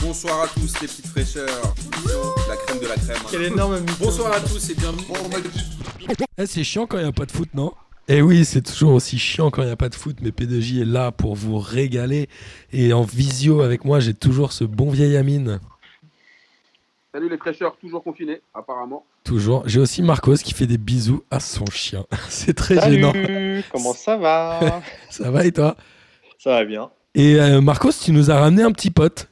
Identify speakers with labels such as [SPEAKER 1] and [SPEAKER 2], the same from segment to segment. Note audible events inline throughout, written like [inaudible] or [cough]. [SPEAKER 1] Bonsoir à tous les petites fraîcheurs. La crème de la crème. hein.
[SPEAKER 2] Quel énorme micro.
[SPEAKER 1] Bonsoir à tous et bienvenue.
[SPEAKER 3] Eh, c'est chiant quand il n'y a pas de foot, non Eh oui, c'est toujours aussi chiant quand il n'y a pas de foot, mais P2J est là pour vous régaler. Et en visio avec moi, j'ai toujours ce bon vieil Amine.
[SPEAKER 4] Salut les fraîcheurs, toujours confinés, apparemment.
[SPEAKER 3] Toujours. J'ai aussi Marcos qui fait des bisous à son chien. [laughs] C'est très gênant.
[SPEAKER 5] Salut, comment ça va
[SPEAKER 3] Ça va et toi
[SPEAKER 5] Ça va bien.
[SPEAKER 3] Et euh, Marcos, tu nous as ramené un petit pote.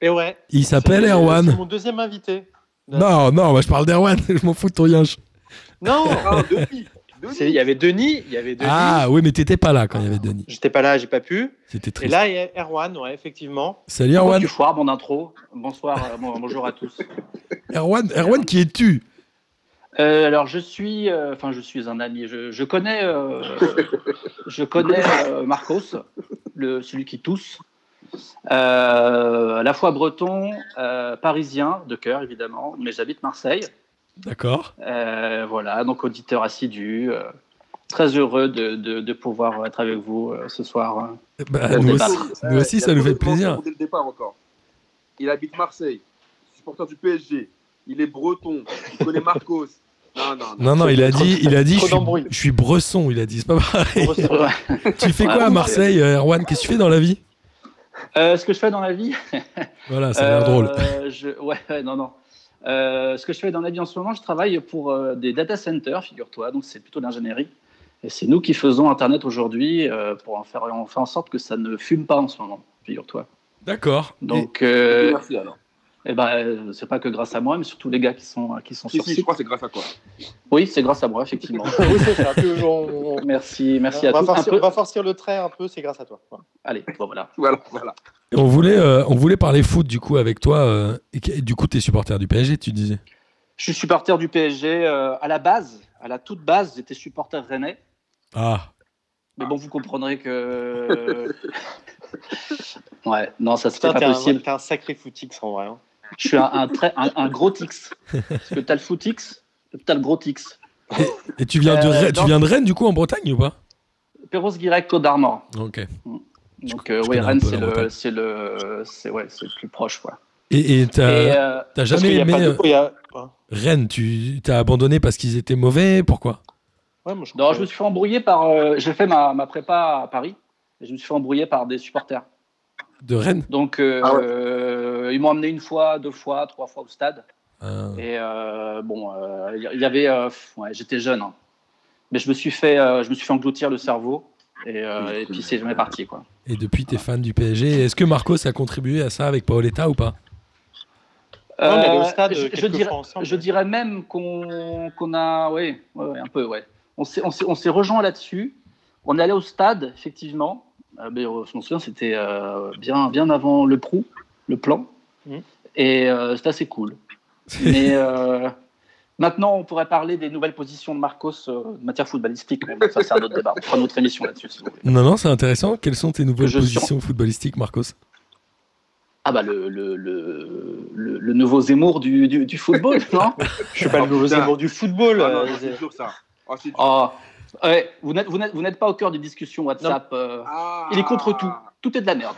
[SPEAKER 5] Et ouais.
[SPEAKER 3] Il s'appelle
[SPEAKER 5] c'est- C'est
[SPEAKER 3] Erwan.
[SPEAKER 5] mon deuxième invité.
[SPEAKER 3] Non, non, bah, je parle d'Erwan. [laughs] Je m'en fous de ton yinche.
[SPEAKER 5] [laughs] Non
[SPEAKER 4] Ah, deux filles. Deux
[SPEAKER 5] C'est-
[SPEAKER 4] filles.
[SPEAKER 5] Il y avait Denis, il y avait Denis.
[SPEAKER 3] Ah oui, mais t'étais pas là quand il y avait Denis.
[SPEAKER 5] J'étais pas là, j'ai pas pu.
[SPEAKER 3] C'était
[SPEAKER 5] Et
[SPEAKER 3] triste.
[SPEAKER 5] là, il y a Erwan, ouais, effectivement.
[SPEAKER 3] Salut
[SPEAKER 6] Pourquoi
[SPEAKER 3] Erwan.
[SPEAKER 6] Tu foires mon intro. Bonsoir, euh, bon- bonjour à tous.
[SPEAKER 3] Erwan, Erwan qui es-tu
[SPEAKER 6] Euh, alors je suis, euh, enfin je suis un ami. Je, je connais, euh, je connais euh, Marcos, le, celui qui tousse. Euh, à la fois breton, euh, parisien de cœur évidemment, mais j'habite Marseille.
[SPEAKER 3] D'accord.
[SPEAKER 6] Euh, voilà, donc auditeur assidu. euh, très heureux de, de- de pouvoir être avec vous euh, ce soir.
[SPEAKER 3] Bah,
[SPEAKER 6] Bon
[SPEAKER 3] nous
[SPEAKER 6] débat.
[SPEAKER 3] aussi, nous aussi,
[SPEAKER 4] il y a
[SPEAKER 3] ça nous
[SPEAKER 4] peu
[SPEAKER 3] fait
[SPEAKER 4] de temps,
[SPEAKER 3] plaisir.
[SPEAKER 4] c'est dès le départ encore. Il habite Marseille, supporter du PSG. Il est breton, il connaît Marcos. Non, non, non.
[SPEAKER 3] Non, non, il a dit, il a dit, je
[SPEAKER 5] Trop
[SPEAKER 3] suis,
[SPEAKER 5] d'embrouille.
[SPEAKER 3] je suis bresson, il a dit, c'est pas pareil.
[SPEAKER 5] Re-
[SPEAKER 3] [laughs] tu fais quoi
[SPEAKER 6] Ouais,
[SPEAKER 3] à Marseille, euh, Erwan Qu'est-ce que tu fais dans la vie
[SPEAKER 6] Euh, ce que je fais dans la vie,
[SPEAKER 3] Voilà, ça a l'air
[SPEAKER 6] Euh,
[SPEAKER 3] drôle.
[SPEAKER 6] je- Ouais, ouais, non, non. Euh, ce que je fais dans la vie en ce moment, je travaille pour euh, des data centers, figure-toi, donc c'est plutôt de l'ingénierie. Et c'est nous qui faisons Internet aujourd'hui euh, pour en faire, on fait en sorte que ça ne fume pas en ce moment, figure-toi.
[SPEAKER 3] D'accord.
[SPEAKER 6] Donc, euh,
[SPEAKER 4] Merci alors.
[SPEAKER 6] eh ben, euh, c'est pas que grâce à moi, mais surtout les gars qui sont, qui sont
[SPEAKER 4] Si,
[SPEAKER 6] sur
[SPEAKER 4] si, je
[SPEAKER 6] site.
[SPEAKER 4] crois que c'est grâce à toi. [laughs]
[SPEAKER 6] Oui, c'est grâce à moi, effectivement.
[SPEAKER 5] oui, c'est ça. Plus on- on-
[SPEAKER 6] merci, merci à
[SPEAKER 5] on va
[SPEAKER 6] tous. Un
[SPEAKER 5] farcir-
[SPEAKER 6] peu-
[SPEAKER 5] on va farcir le trait un peu, c'est grâce à toi. Voilà.
[SPEAKER 6] Allez, bon, voilà.
[SPEAKER 4] Voilà, voilà.
[SPEAKER 3] Et On voulait, euh, on voulait parler foot du coup avec toi. euh, et que- du coup, t'es supporter du PSG, tu disais.
[SPEAKER 6] Je suis supporter du PSG euh, à la base, à la toute base, j'étais supporter rennais.
[SPEAKER 3] Ah,
[SPEAKER 6] Mais bon, vous comprendrez que. [laughs] ouais, non, ça c'était
[SPEAKER 5] Putain,
[SPEAKER 6] pas
[SPEAKER 5] t'es un,
[SPEAKER 6] possible.
[SPEAKER 5] t'es un sacré footix en vrai. hein.
[SPEAKER 6] Je suis un, un très, un, un gros tix. Parce que t'as le footix, t'as le gros tix.
[SPEAKER 3] et tu viens, de,
[SPEAKER 6] Euh,
[SPEAKER 3] Rennes- tu
[SPEAKER 6] donc-
[SPEAKER 3] viens de Rennes du coup en Bretagne ou pas
[SPEAKER 6] Perros Guirec, Côte d'Armor.
[SPEAKER 3] Ok. Et-
[SPEAKER 6] Donc, euh,
[SPEAKER 3] je
[SPEAKER 6] oui,
[SPEAKER 3] connais un
[SPEAKER 6] Rennes,
[SPEAKER 3] peu
[SPEAKER 6] c'est
[SPEAKER 3] la
[SPEAKER 6] le,
[SPEAKER 3] Bretagne.
[SPEAKER 6] c'est le, c'est ouais, c'est le plus proche, quoi.
[SPEAKER 3] Et
[SPEAKER 6] Et,
[SPEAKER 3] t'as
[SPEAKER 6] euh,
[SPEAKER 3] t'as
[SPEAKER 5] Parce qu'il
[SPEAKER 3] jamais
[SPEAKER 5] y a
[SPEAKER 3] aimé
[SPEAKER 5] pas de-
[SPEAKER 3] euh,
[SPEAKER 5] il y a- Ouais,
[SPEAKER 3] Rennes Tu t'as abandonné parce qu'ils étaient mauvais Pourquoi
[SPEAKER 5] Ouais, moi, je
[SPEAKER 6] non,
[SPEAKER 5] comprends.
[SPEAKER 6] je me suis fait embrouiller par. euh, J'ai fait ma, ma prépa à Paris. Et je me suis fait embrouiller par des supporters.
[SPEAKER 3] De Rennes
[SPEAKER 6] Donc, euh,
[SPEAKER 4] Ah ouais.
[SPEAKER 6] euh, ils m'ont emmené une fois, deux fois, trois fois au stade.
[SPEAKER 3] Euh,
[SPEAKER 6] Et euh, bon, euh, il y y avait, euh, pff, ouais, j'étais jeune, hein. mais je me suis fait, euh, je me suis fait engloutir le cerveau. Et, euh, et puis c'est jamais parti quoi.
[SPEAKER 3] Et depuis, t'es fan du PSG. Est-ce que Marcos a contribué à ça avec Paoletta ou pas
[SPEAKER 5] Ouais, on est allé au
[SPEAKER 6] Euh,
[SPEAKER 5] stade
[SPEAKER 6] je,
[SPEAKER 5] quelques
[SPEAKER 6] je dirais,
[SPEAKER 5] fois ensemble.
[SPEAKER 6] je dirais même qu'on qu'on a, oui, un peu, ouais. On s'est, on s'est- on s'est rejoint là-dessus. On est allé au stade effectivement. Euh, mais on se souvient, c'était euh, bien, bien avant le prou, le plan.
[SPEAKER 5] Mhm.
[SPEAKER 6] Et euh, c'était assez cool. Mais euh, maintenant, on pourrait parler des nouvelles positions de Marcos euh, en matière footballistique. Mais bon, ça, c'est un autre débat. On fera notre émission là-dessus, si vous voulez.
[SPEAKER 3] Non, non, c'est intéressant. Quelles sont tes nouvelles
[SPEAKER 6] Je suis-
[SPEAKER 3] positions footballistiques, Marcos
[SPEAKER 6] Ah bah, le, le, le, le, le nouveau Zemmour du, du, du football, non
[SPEAKER 5] Je suis pas le nouveau
[SPEAKER 4] Putain.
[SPEAKER 5] Zemmour du football.
[SPEAKER 4] Ah, non,
[SPEAKER 5] euh,
[SPEAKER 4] non, c'est dur ça. Ah, c'est dur.
[SPEAKER 6] oh, ouais, Vous n'êtes- vous n'êtes vous n'êtes pas au cœur des discussions WhatsApp. euh,
[SPEAKER 4] Ah.
[SPEAKER 6] il est contre tout. tout est de la merde.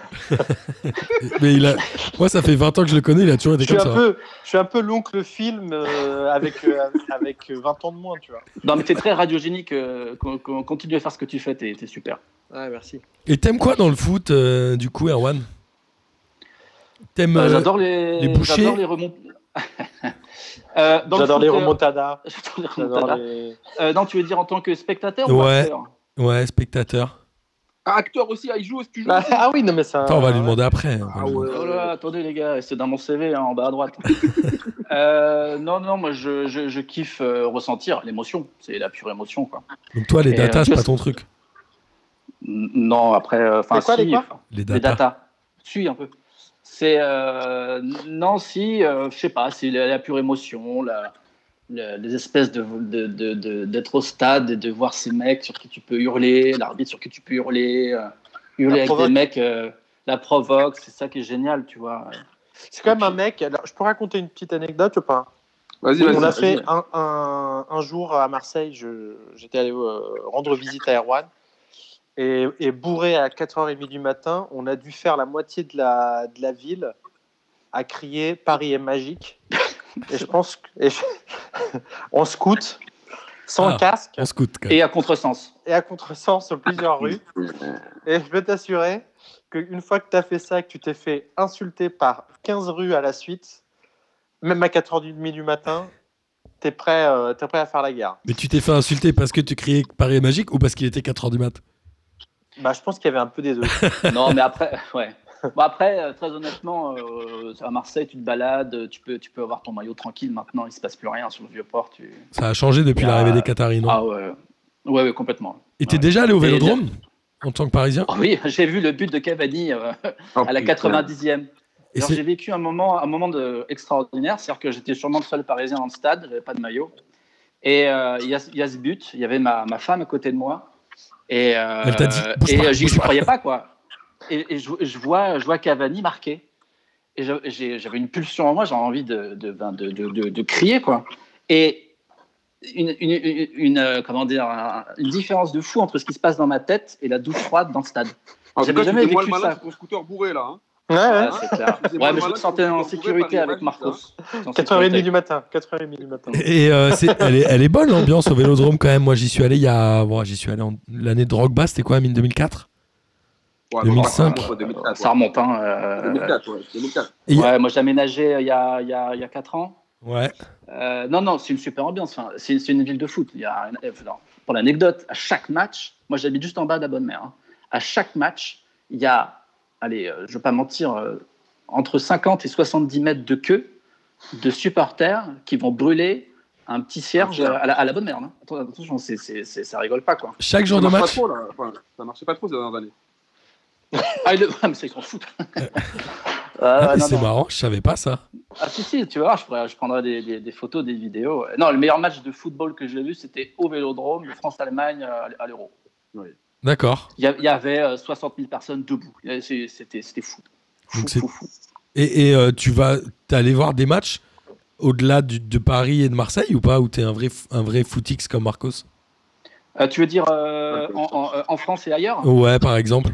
[SPEAKER 3] Mais il a... Moi, ça fait 20 ans que je le connais, il a toujours
[SPEAKER 5] je
[SPEAKER 3] été
[SPEAKER 5] suis,
[SPEAKER 3] comme
[SPEAKER 5] un
[SPEAKER 3] ça.
[SPEAKER 5] peu, je suis un peu l'oncle film euh, avec, euh, avec 20 ans de moins, tu vois.
[SPEAKER 6] Non, mais t'es très radiogénique. euh, con- con- continue à faire ce que tu fais, t'es t'es super.
[SPEAKER 5] Ouais, merci.
[SPEAKER 3] Et t'aimes quoi dans le foot, euh, du coup, Erwan T'aimes.
[SPEAKER 6] Euh,
[SPEAKER 3] euh,
[SPEAKER 6] J'adore les,
[SPEAKER 3] les bouchées.
[SPEAKER 6] j'adore les remontes. [laughs] Euh, dans le
[SPEAKER 5] J'adore les
[SPEAKER 6] foot, euh,
[SPEAKER 5] remontadas.
[SPEAKER 6] [laughs] j'adore les
[SPEAKER 5] J'adore
[SPEAKER 6] remontadas.
[SPEAKER 5] les...
[SPEAKER 6] Euh, non, tu veux dire en tant que spectateur ou
[SPEAKER 3] Ouais.
[SPEAKER 6] acteur
[SPEAKER 3] euh, Ouais, spectateur.
[SPEAKER 4] Ah, acteur aussi, ah, il joue, est-ce que tu joues
[SPEAKER 5] Ah, ah oui, non mais ça.
[SPEAKER 3] Attends, on va lui demander après. on va
[SPEAKER 4] Ah
[SPEAKER 3] lui demander.
[SPEAKER 4] ouais.
[SPEAKER 6] Oh là là, attendez les gars, c'est dans mon CV hein, en bas
[SPEAKER 5] [laughs]
[SPEAKER 6] à droite. Euh, non, non, moi je, je- je kiffe euh, ressentir l'émotion, c'est la pure émotion quoi.
[SPEAKER 3] Donc, toi, les
[SPEAKER 6] Et,
[SPEAKER 3] datas,
[SPEAKER 6] euh,
[SPEAKER 3] c'est pas ton truc.
[SPEAKER 6] N- Non, après, euh, enfin,
[SPEAKER 5] C'est quoi,
[SPEAKER 6] si,
[SPEAKER 5] les quoi
[SPEAKER 6] enfin,
[SPEAKER 3] Les
[SPEAKER 6] les
[SPEAKER 3] datas.
[SPEAKER 6] data. Suis un peu. C'est euh, non, si, euh, je sais pas, c'est la, la pure émotion, la- la- les espèces de de- de- de- d'être au stade et de voir ces mecs sur qui tu peux hurler, l'arbitre sur qui tu peux hurler, euh, hurler
[SPEAKER 5] La
[SPEAKER 6] avec
[SPEAKER 5] provoque.
[SPEAKER 6] des mecs, euh, la provoque, c'est ça qui est génial, tu vois.
[SPEAKER 5] C'est quand même un mec. Alors, je peux raconter une petite anecdote ou pas hein
[SPEAKER 4] Vas-y,
[SPEAKER 5] On a
[SPEAKER 4] vas-y.
[SPEAKER 5] fait un, un, un jour à Marseille. je- J'étais allé euh, rendre visite à Erwan. Et, et bourré à 4h30 du matin, on a dû faire la moitié de la, de la ville à crier Paris
[SPEAKER 4] [laughs]
[SPEAKER 5] est magique. Et je [laughs] pense qu'on on scoute sans
[SPEAKER 3] Ah.
[SPEAKER 5] casque
[SPEAKER 3] On scoute quand même.
[SPEAKER 6] Et à contresens.
[SPEAKER 5] et à contresens sur plusieurs rues. Et je peux t'assurer qu'une fois que tu as fait ça, que tu t'es fait insulter par 15 rues à la suite, même à 4h30 du matin, t'es prêt, euh, t'es prêt à faire la guerre.
[SPEAKER 3] Mais tu t'es fait insulter parce que tu criais que Paris est magique ou parce qu'il était 4h du mat
[SPEAKER 5] Bah, je pense qu'il y avait un peu des deux.
[SPEAKER 6] Non, mais après, ouais. Bon, après, euh, très honnêtement, euh, à Marseille, tu te balades, tu peux, tu peux avoir ton maillot tranquille maintenant, il se passe plus rien sur le vieux port. Tu...
[SPEAKER 3] Ça a changé depuis
[SPEAKER 6] Ah,
[SPEAKER 3] l'arrivée des Qataris, non
[SPEAKER 6] Ah ouais. ouais, ouais, complètement.
[SPEAKER 3] Et t'es
[SPEAKER 6] ouais.
[SPEAKER 3] déjà allé au
[SPEAKER 6] Et-
[SPEAKER 3] Vélodrome en tant que Parisien
[SPEAKER 6] Oh oui, [laughs] j'ai vu le but de Cavani euh,
[SPEAKER 4] Oh,
[SPEAKER 6] à la 90e.
[SPEAKER 3] Ah Et
[SPEAKER 6] Alors,
[SPEAKER 3] c'est-
[SPEAKER 6] J'ai vécu un moment, un moment de... extraordinaire, c'est-à-dire que j'étais sûrement le seul Parisien dans le stade, j'avais pas de maillot. Et euh, il y, a ce- il y a ce but, il y avait ma, ma femme à côté de moi. Et, euh,
[SPEAKER 3] Elle t'a dit, Bouge
[SPEAKER 6] et
[SPEAKER 3] pas,
[SPEAKER 6] euh, j'y
[SPEAKER 3] bouge
[SPEAKER 6] j'y
[SPEAKER 3] pas.
[SPEAKER 6] croyais pas, quoi. Et, et je, je vois, je vois Cavani marquer. Et j'a- j'ai- j'avais une pulsion en moi, j'avais envie de, de, ben, de- de- de- de crier, quoi. Et une, une- une- une, euh, comment dire, un- une différence de fou entre ce qui se passe dans ma tête et la douche froide dans le stade.
[SPEAKER 4] En tout
[SPEAKER 6] J'avais
[SPEAKER 4] cas,
[SPEAKER 6] jamais
[SPEAKER 4] tu fais moi le
[SPEAKER 6] vécu
[SPEAKER 4] malin
[SPEAKER 6] ça.
[SPEAKER 4] sur ton scooter bourré là. hein.
[SPEAKER 5] Ouais, ouais.
[SPEAKER 6] Ah, c'est clair.
[SPEAKER 4] [laughs] C'est
[SPEAKER 6] Ouais,
[SPEAKER 4] pas Hein.
[SPEAKER 6] mais je
[SPEAKER 4] mal
[SPEAKER 6] me sentais
[SPEAKER 4] qu'on
[SPEAKER 6] en
[SPEAKER 4] peut
[SPEAKER 6] sécurité
[SPEAKER 4] trouver
[SPEAKER 6] avec
[SPEAKER 4] Paris-Magique,
[SPEAKER 6] Marcos. En
[SPEAKER 5] 4h30
[SPEAKER 6] sécurité.
[SPEAKER 5] du matin. 4h30 du matin.
[SPEAKER 3] Et euh, c'est- elle, est, elle est bonne l'ambiance au Vélodrome quand même. Moi j'y suis allé il y a. bon, j'y suis allé en- l'année de Drogba, c'était quoi, 2004
[SPEAKER 4] Ouais,
[SPEAKER 3] 2005.
[SPEAKER 4] bon, 2004,
[SPEAKER 6] Ça
[SPEAKER 4] ouais.
[SPEAKER 6] remonte, hein. euh,
[SPEAKER 4] 2004, ouais, 2004.
[SPEAKER 3] Et il y a-
[SPEAKER 6] ouais, moi, j'ai aménagé euh, il y a, il y, a, il y a 4 ans.
[SPEAKER 3] Ouais.
[SPEAKER 6] Euh, non, non, c'est une super ambiance. Enfin, c'est c'est une ville de foot. Il y a, euh, non. pour l'anecdote, à chaque match, moi, j'habite juste en bas de la Bonne Mère. hein. À chaque match, il y a, allez, euh, je ne veux pas mentir, euh, entre 50 et 70 mètres de queue de supporters qui vont brûler un petit cierge
[SPEAKER 4] Un
[SPEAKER 6] euh, à la, à la Bonne Mère. hein. Attention, attention, c'est- c'est- c'est- ça rigole pas, quoi.
[SPEAKER 3] Chaque
[SPEAKER 4] Ça
[SPEAKER 3] jour de
[SPEAKER 4] marche pas
[SPEAKER 3] match
[SPEAKER 4] trop là. Enfin, ça marchait pas trop ces dernières années.
[SPEAKER 6] Ah, il le- [laughs] ah, mais ça, ils s'en foutent. [laughs]
[SPEAKER 3] Ah,
[SPEAKER 6] Ah,
[SPEAKER 3] mais
[SPEAKER 6] non,
[SPEAKER 3] C'est
[SPEAKER 6] non.
[SPEAKER 3] marrant, je savais pas ça.
[SPEAKER 6] Ah, si, si, tu vois, je, pourrais- je prendrai des, des- des photos, des vidéos. Non, le meilleur match de football que j'ai vu, c'était au Vélodrome, le France-Allemagne euh, à l'Euro.
[SPEAKER 3] D'accord.
[SPEAKER 6] Il y, a- il y avait euh, 60 000 personnes debout. Il y avait- c'est- C'était c'était fou. Fou,
[SPEAKER 3] Donc c'est-
[SPEAKER 6] fou, fou.
[SPEAKER 3] Et, et, euh, tu vas t'es allé voir des matchs au-delà du- de Paris et de Marseille ou pas Ou t'es un vrai, f- un vrai footix comme Marcos
[SPEAKER 6] Euh, tu veux dire euh, en, en- euh, en France et ailleurs
[SPEAKER 3] Ouais, par exemple.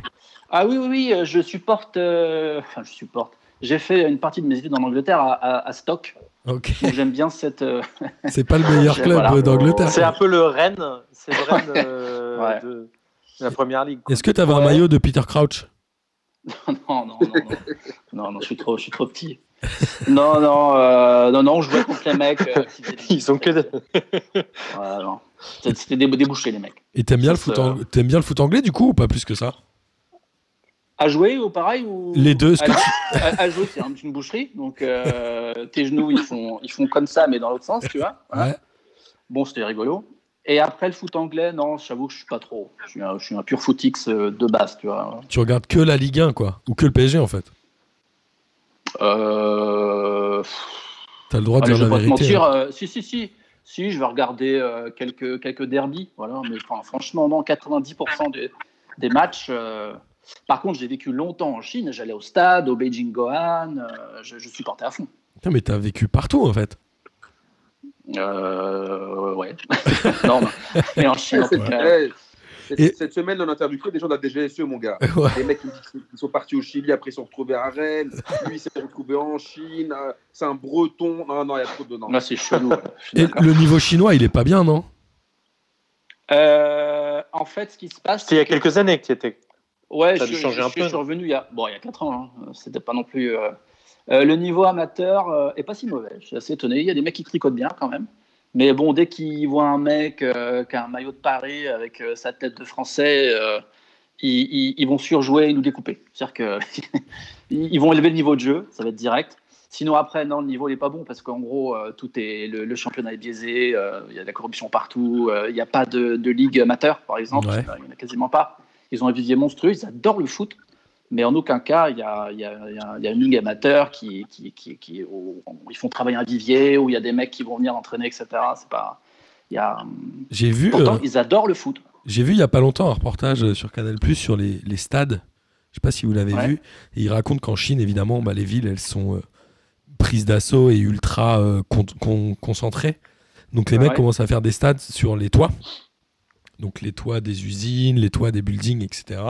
[SPEAKER 6] Ah oui, oui, oui, euh, je supporte. euh, Enfin, je supporte. J'ai fait une partie de mes études en Angleterre à, à-
[SPEAKER 3] [laughs]
[SPEAKER 6] à Stock.
[SPEAKER 3] Ok.
[SPEAKER 6] Donc j'aime bien cette. euh,
[SPEAKER 3] C'est pas le meilleur
[SPEAKER 6] Je-
[SPEAKER 3] club
[SPEAKER 6] voilà.
[SPEAKER 3] euh,
[SPEAKER 5] [laughs]
[SPEAKER 3] d'Angleterre.
[SPEAKER 5] C'est un peu le Rennes. C'est le Rennes euh, [laughs]
[SPEAKER 6] Ouais.
[SPEAKER 5] de de la première ligue. quoi.
[SPEAKER 3] Est-ce que t'avais un
[SPEAKER 5] Ouais.
[SPEAKER 3] maillot de Peter Crouch
[SPEAKER 6] non, Oh, non, non, non, non. non, non, je suis trop, je suis trop petit. Non, non, euh, non, non, on jouait contre les mecs. euh, qui faisaient
[SPEAKER 5] [laughs]
[SPEAKER 6] des-
[SPEAKER 5] Ils ont que des-
[SPEAKER 6] Ouais, non. C'était c'était des débouchés, les mecs.
[SPEAKER 3] Et t'aimes bien,
[SPEAKER 6] Ça,
[SPEAKER 3] le foot
[SPEAKER 6] ça-
[SPEAKER 3] ang- t'aimes bien le foot anglais du coup ou pas plus que ça
[SPEAKER 6] À jouer ou pareil ou...
[SPEAKER 3] Les deux, ce
[SPEAKER 6] À,
[SPEAKER 3] que
[SPEAKER 6] à- à jouer, c'est un- une boucherie. Donc, euh, tes genoux, ils font, ils font comme ça, mais dans l'autre sens, tu vois. Voilà.
[SPEAKER 3] Ouais.
[SPEAKER 6] Bon, c'était rigolo. Et après, le foot anglais, non, j'avoue que je suis pas trop. Je suis un, je suis un pur footix euh, de base, tu vois.
[SPEAKER 3] Tu regardes que la Ligue 1 quoi Ou que le PSG en fait
[SPEAKER 6] Euh...
[SPEAKER 3] T'as le droit de
[SPEAKER 6] allez, Ah, je
[SPEAKER 3] dire
[SPEAKER 6] vais
[SPEAKER 3] la
[SPEAKER 6] pas te
[SPEAKER 3] vérité.
[SPEAKER 6] mentir.
[SPEAKER 3] hein.
[SPEAKER 6] euh, si, si, si. Si, je vais regarder euh, quelques, quelques derbies. Voilà. Mais enfin, franchement, non, 90% des- des matchs. euh, Par contre, j'ai vécu longtemps en Chine. J'allais au stade, au Beijing Gohan. euh, je, je supportais à fond.
[SPEAKER 3] Putain, hein. mais t'as vécu partout en fait.
[SPEAKER 6] Euh, ouais. [laughs] non, non. mais en Chine, en tout cas.
[SPEAKER 4] Eh, cette-
[SPEAKER 3] Et-
[SPEAKER 4] Cette semaine, on a interviewé des gens de la DGSE, mon gars.
[SPEAKER 3] [laughs] Ouais.
[SPEAKER 4] Les mecs qui me disent qu'ils sont partis au Chili, après ils sont retrouvés à Rennes. Lui, il s'est retrouvé en Chine. euh, C'est un breton. Non, non, il y a trop de. Non.
[SPEAKER 6] Là, c'est chelou. ouais. Je suis
[SPEAKER 3] Et
[SPEAKER 6] d'accord.
[SPEAKER 3] le niveau chinois, il est pas bien, non
[SPEAKER 6] Euh, en fait, ce qui se passe.
[SPEAKER 5] C'était il y a
[SPEAKER 6] c'est que-
[SPEAKER 5] quelques années que tu étais.
[SPEAKER 6] Ouais,
[SPEAKER 5] Ça a
[SPEAKER 6] je,
[SPEAKER 5] dû changer
[SPEAKER 6] je-
[SPEAKER 5] un
[SPEAKER 6] je
[SPEAKER 5] peu.
[SPEAKER 6] suis revenu il y a, bon, il y a 4 ans. hein. C'était pas non plus. euh, euh, le niveau amateur euh, est pas si mauvais. Je suis assez étonné. Il y a des mecs qui tricotent bien quand même. Mais bon, dès qu'ils voient un mec euh, qui a un maillot de Paris avec euh, sa tête de français, euh, ils, ils- ils vont surjouer et nous découper. C'est-à-dire que [laughs] ils ils vont élever le niveau de jeu, ça va être direct. Sinon, après, non, le niveau n'est pas bon parce qu'en gros, euh, tout est, le, le championnat est biaisé, euh, il y a de la corruption partout, euh, il n'y a pas de, de ligue amateur, par exemple,
[SPEAKER 3] Ouais.
[SPEAKER 6] il n'y en a quasiment pas. Ils ont un vivier monstrueux, ils adorent le foot, mais en aucun cas, il y a, il y a- il y a- il y a une ligue amateur qui, qui, qui, qui- où ils font travailler un vivier, où il y a des mecs qui vont venir entraîner, etc. C'est pas. il Y a, hum,
[SPEAKER 3] J'ai vu.
[SPEAKER 6] pourtant,
[SPEAKER 3] euh,
[SPEAKER 6] ils adorent le foot.
[SPEAKER 3] J'ai vu il y a pas longtemps un reportage sur Canal Plus sur les, les stades. Je sais pas si vous l'avez
[SPEAKER 6] Ouais.
[SPEAKER 3] vu. Et il raconte qu'en Chine, évidemment, bah, les villes, elles sont euh, prises d'assaut et ultra euh, con- con- concentrées. Donc les mecs
[SPEAKER 6] Ouais.
[SPEAKER 3] commencent à faire des stades sur les toits. Donc les toits des usines, les toits des buildings, etc.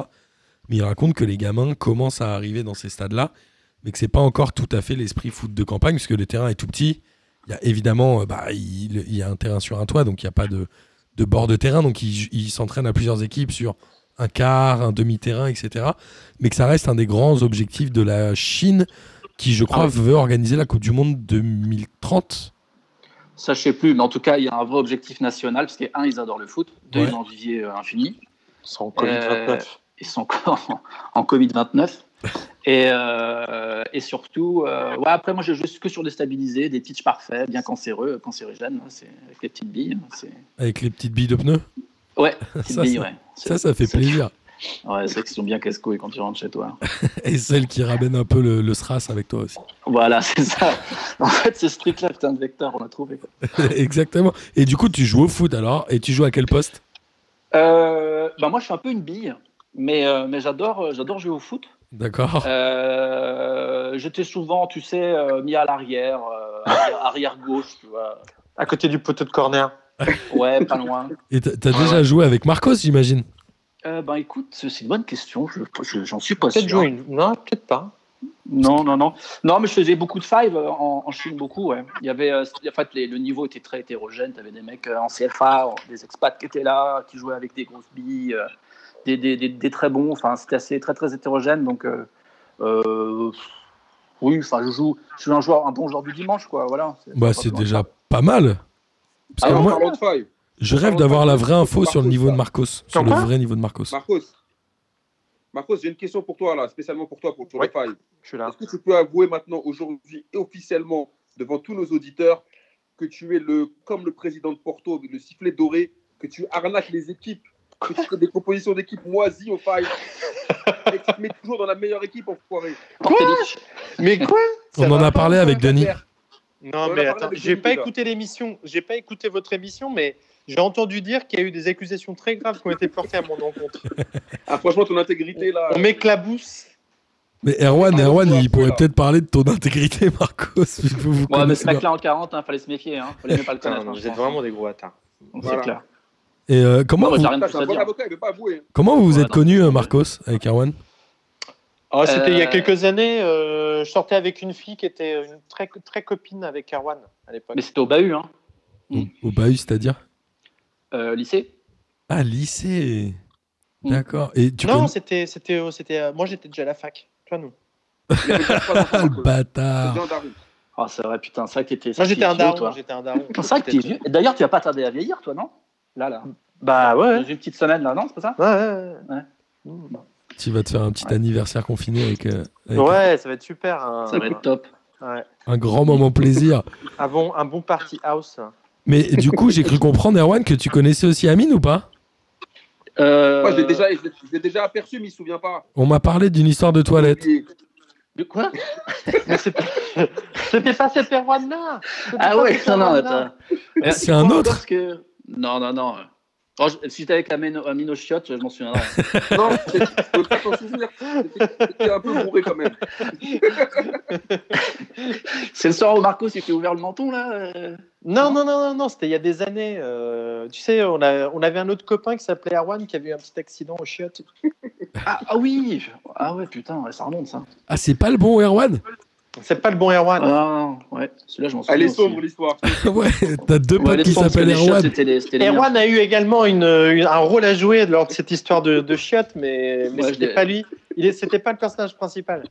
[SPEAKER 3] Mais il raconte que les gamins commencent à arriver dans ces stades-là mais que c'est pas encore tout à fait l'esprit foot de campagne, puisque le terrain est tout petit. Il y a évidemment, euh, bah, il, il y a un terrain sur un toit, donc il n'y a pas de, de bord de terrain, donc il, il s'entraîne à plusieurs équipes sur un quart, un demi-terrain, etc. Mais que ça reste un des grands objectifs de la Chine, qui, je crois,
[SPEAKER 6] Ah
[SPEAKER 3] veut organiser la Coupe du Monde 2030.
[SPEAKER 6] Ça, je sais plus, mais en tout cas, il y a un vrai objectif national, parce que, un, ils adorent le foot, deux,
[SPEAKER 3] Ouais.
[SPEAKER 6] ils ont un vivier euh, infini,
[SPEAKER 5] Sans Covid-29.
[SPEAKER 6] ils sont encore en,
[SPEAKER 3] [laughs]
[SPEAKER 6] en Covid-29. Et, euh, et surtout, euh, ouais, après, moi, je joue que sur des stabilisés, des pitchs parfaits, bien cancéreux, cancérigènes, hein, c'est- avec les petites billes. hein, c'est-
[SPEAKER 3] Avec les petites billes de pneus, [laughs]
[SPEAKER 6] Ouais, petites
[SPEAKER 3] ça,
[SPEAKER 6] billes,
[SPEAKER 3] ça-
[SPEAKER 6] ouais.
[SPEAKER 3] ça, ça fait
[SPEAKER 6] C'est-
[SPEAKER 3] plaisir.
[SPEAKER 6] Ouais, ceux qui sont bien casse-couilles quand tu rentres chez toi.
[SPEAKER 3] Et celle qui ramène un peu le, le SRAS avec toi aussi. [laughs]
[SPEAKER 6] Voilà, [laughs] c'est ça. En fait, c'est ce truc-là, putain, de vecteur, on l'a trouvé. quoi.
[SPEAKER 3] Exactement. Et du coup, tu joues au foot alors, et tu joues à quel poste
[SPEAKER 6] Euh, bah, moi, je suis un peu une bille, mais, euh, mais j'adore euh, j'adore jouer au foot.
[SPEAKER 3] D'accord.
[SPEAKER 6] Euh, J'étais souvent, tu sais, euh, mis à l'arrière, euh, arrière-gauche, tu vois.
[SPEAKER 5] À côté du poteau de corner.
[SPEAKER 6] Ouais, pas loin.
[SPEAKER 3] Et t'as t'as déjà joué avec Marcos, j'imagine
[SPEAKER 6] Euh, ben écoute, c'est une bonne question. Je je- j'en suis pas sûr.
[SPEAKER 5] Peut-être jouer une. Non, peut-être pas.
[SPEAKER 6] Non, non, non. Non, mais je faisais beaucoup de five euh, en, en Chine, beaucoup. Ouais. Il y avait, euh, en fait, les- le niveau était très hétérogène. Tu avais des mecs euh, en CFA, en- des expats qui étaient là, qui jouaient avec des grosses billes, euh, des, des, des, des très bons. Enfin, c'était assez très très hétérogène. Donc, euh, euh, oui, enfin, je joue. Je suis un joueur, un bon joueur du dimanche, quoi. Voilà.
[SPEAKER 3] Bah, c'est déjà pas mal. Parce que
[SPEAKER 4] Alors,
[SPEAKER 3] moi,
[SPEAKER 4] parlons de five.
[SPEAKER 3] je rêve
[SPEAKER 4] parlons
[SPEAKER 3] d'avoir
[SPEAKER 4] de
[SPEAKER 3] la
[SPEAKER 4] Marcos,
[SPEAKER 3] vraie info sur le
[SPEAKER 4] Ah Marcos,
[SPEAKER 3] niveau
[SPEAKER 4] là.
[SPEAKER 3] de Marcos, sur le
[SPEAKER 5] quoi
[SPEAKER 3] vrai niveau de Marcos.
[SPEAKER 4] Marcos, Marcos, j'ai une question pour toi là, spécialement pour toi pour le
[SPEAKER 5] Ouais.
[SPEAKER 4] five.
[SPEAKER 5] Je suis là.
[SPEAKER 4] Est-ce que tu peux avouer maintenant, aujourd'hui, et officiellement, devant tous nos auditeurs, que tu es le, comme le président de Porto, le sifflet doré, que tu arnaques les équipes, que tu fais des compositions d'équipes moisies au fight, et que tu te mets toujours dans la meilleure équipe en foirée.
[SPEAKER 5] Mais quoi Ça
[SPEAKER 3] On en
[SPEAKER 5] va
[SPEAKER 3] a
[SPEAKER 5] pas,
[SPEAKER 3] parlé
[SPEAKER 5] ça
[SPEAKER 3] avec
[SPEAKER 5] va
[SPEAKER 3] Denis.
[SPEAKER 5] faire.
[SPEAKER 4] On en a
[SPEAKER 5] Non, mais
[SPEAKER 4] parlé
[SPEAKER 5] attends,
[SPEAKER 4] avec
[SPEAKER 5] j'ai
[SPEAKER 4] Denis
[SPEAKER 5] pas
[SPEAKER 4] déjà.
[SPEAKER 5] écouté l'émission. J'ai pas écouté votre émission, mais j'ai entendu dire qu'il y a eu des accusations très graves qui ont été portées à mon
[SPEAKER 6] [laughs]
[SPEAKER 5] encontre.
[SPEAKER 4] Ah, franchement, ton intégrité là.
[SPEAKER 5] On m'éclabousse.
[SPEAKER 3] Mais Erwan,
[SPEAKER 5] Ah,
[SPEAKER 4] Parlons
[SPEAKER 3] Erwan,
[SPEAKER 4] de toi,
[SPEAKER 3] il pourrait
[SPEAKER 4] voilà.
[SPEAKER 3] peut-être parler de ton intégrité, [laughs] Marcos. vu que vous vous
[SPEAKER 6] Ouais, mais
[SPEAKER 3] connaissez
[SPEAKER 6] ce
[SPEAKER 3] bien.
[SPEAKER 6] mec-là en 40, hein, fallait se méfier. Hein. Fallait même pas le connaître. hein, je pense.
[SPEAKER 5] des gros atteints.
[SPEAKER 6] C'est
[SPEAKER 4] Voilà.
[SPEAKER 6] clair.
[SPEAKER 3] Et euh, comment,
[SPEAKER 6] Moi,
[SPEAKER 3] vous,
[SPEAKER 6] j'ai rien
[SPEAKER 4] Putain,
[SPEAKER 6] de plus
[SPEAKER 4] C'est
[SPEAKER 6] à
[SPEAKER 4] un bon
[SPEAKER 6] dire.
[SPEAKER 4] avocat, il veut pas avouer. hein.
[SPEAKER 3] comment vous, vous
[SPEAKER 6] Ouais,
[SPEAKER 3] êtes
[SPEAKER 6] non.
[SPEAKER 3] connu, euh, Marcos, avec Erwan
[SPEAKER 5] Ah, c'était il y a
[SPEAKER 6] Euh,
[SPEAKER 5] quelques années. euh, je sortais avec une fille qui était une très, très copine avec Erwan à l'époque.
[SPEAKER 6] Mais c'était au bahut, hein. Mm.
[SPEAKER 3] Au- Au bahut, c'est-à-dire
[SPEAKER 6] Euh, lycée.
[SPEAKER 3] Ah, lycée
[SPEAKER 6] Mm.
[SPEAKER 3] D'accord. Et tu
[SPEAKER 5] Non,
[SPEAKER 3] connais
[SPEAKER 5] c'était, c'était, euh, c'était, euh, moi j'étais déjà à la fac. Toi non.
[SPEAKER 4] Il avait déjà trois enfants,
[SPEAKER 3] Ah, le
[SPEAKER 4] Marcos.
[SPEAKER 3] bâtard
[SPEAKER 4] C'est un daron.
[SPEAKER 6] Ah, c'est vrai, putain, ça qui était.
[SPEAKER 5] Moi j'étais un
[SPEAKER 6] daron,
[SPEAKER 5] daron. hein, J'étais un daron.
[SPEAKER 6] C'est vrai que t'es
[SPEAKER 5] J'étais-
[SPEAKER 6] vieux. Et D'ailleurs, tu vas pas tarder à vieillir, toi, non Là, là.
[SPEAKER 5] Bah ouais.
[SPEAKER 6] Dans une petite semaine, là, non C'est pas ça
[SPEAKER 5] Ouais, ouais,
[SPEAKER 6] Ouais.
[SPEAKER 5] Mm.
[SPEAKER 3] Tu vas te faire un petit
[SPEAKER 6] Ouais.
[SPEAKER 3] anniversaire confiné avec, euh, avec
[SPEAKER 5] Ouais, ça va être super. hein. Un,
[SPEAKER 6] Ça va être top.
[SPEAKER 5] ouais.
[SPEAKER 3] un grand moment plaisir.
[SPEAKER 5] un, bon, un bon party house.
[SPEAKER 3] Mais du coup,
[SPEAKER 6] [laughs]
[SPEAKER 3] j'ai cru comprendre, Erwan, que tu connaissais aussi Amine ou pas
[SPEAKER 6] Euh...
[SPEAKER 4] Moi, je l'ai déjà, je l'ai- je l'ai déjà aperçu, mais il se souvient pas.
[SPEAKER 3] On m'a parlé d'une histoire de toilette.
[SPEAKER 4] Il-
[SPEAKER 6] De quoi
[SPEAKER 5] Mais c'était c'était pas cette Erwan là.
[SPEAKER 6] Ah ouais, non, non, attends. Mais
[SPEAKER 3] C'est un
[SPEAKER 6] crois
[SPEAKER 3] autre.
[SPEAKER 6] encore que- Non, non, non. Oh, je- Si j'étais avec Amino- Amino Chiotte, je m'en souviendrai.
[SPEAKER 4] Non, c'est- je peux pas t'en souvenir. C'était c'était un peu bourré quand même.
[SPEAKER 6] [laughs] C'est le soir où Marco s'était ouvert le menton, là euh,
[SPEAKER 5] Non, non, non, non, non, c'était il y a des années. euh, tu sais, on, a, on avait un autre copain qui s'appelait Erwan qui avait eu un petit accident au chiottes.
[SPEAKER 6] ah, ah oui Ah ouais, putain, ouais, ça remonte, ça.
[SPEAKER 3] Ah, c'est pas le bon Erwan [laughs]
[SPEAKER 5] C'est pas le bon Erwan.
[SPEAKER 6] Ah, ouais, celui-là, je m'en souviens.
[SPEAKER 4] Elle est
[SPEAKER 6] aussi.
[SPEAKER 4] sombre l'histoire.
[SPEAKER 3] Ouais, t'as deux
[SPEAKER 6] Ouais,
[SPEAKER 3] potes
[SPEAKER 6] elle est
[SPEAKER 3] qui
[SPEAKER 6] sombre, parce que
[SPEAKER 3] s'appellent
[SPEAKER 6] les chiottes,
[SPEAKER 3] Erwan.
[SPEAKER 6] C'était les, c'était les miens.
[SPEAKER 5] Erwan a eu également une, une- un rôle à jouer lors de cette histoire de, de chiottes, mais, mais
[SPEAKER 6] Ouais, je
[SPEAKER 5] c'était
[SPEAKER 6] l'ai-
[SPEAKER 5] pas lui. Il est- C'était pas le personnage principal.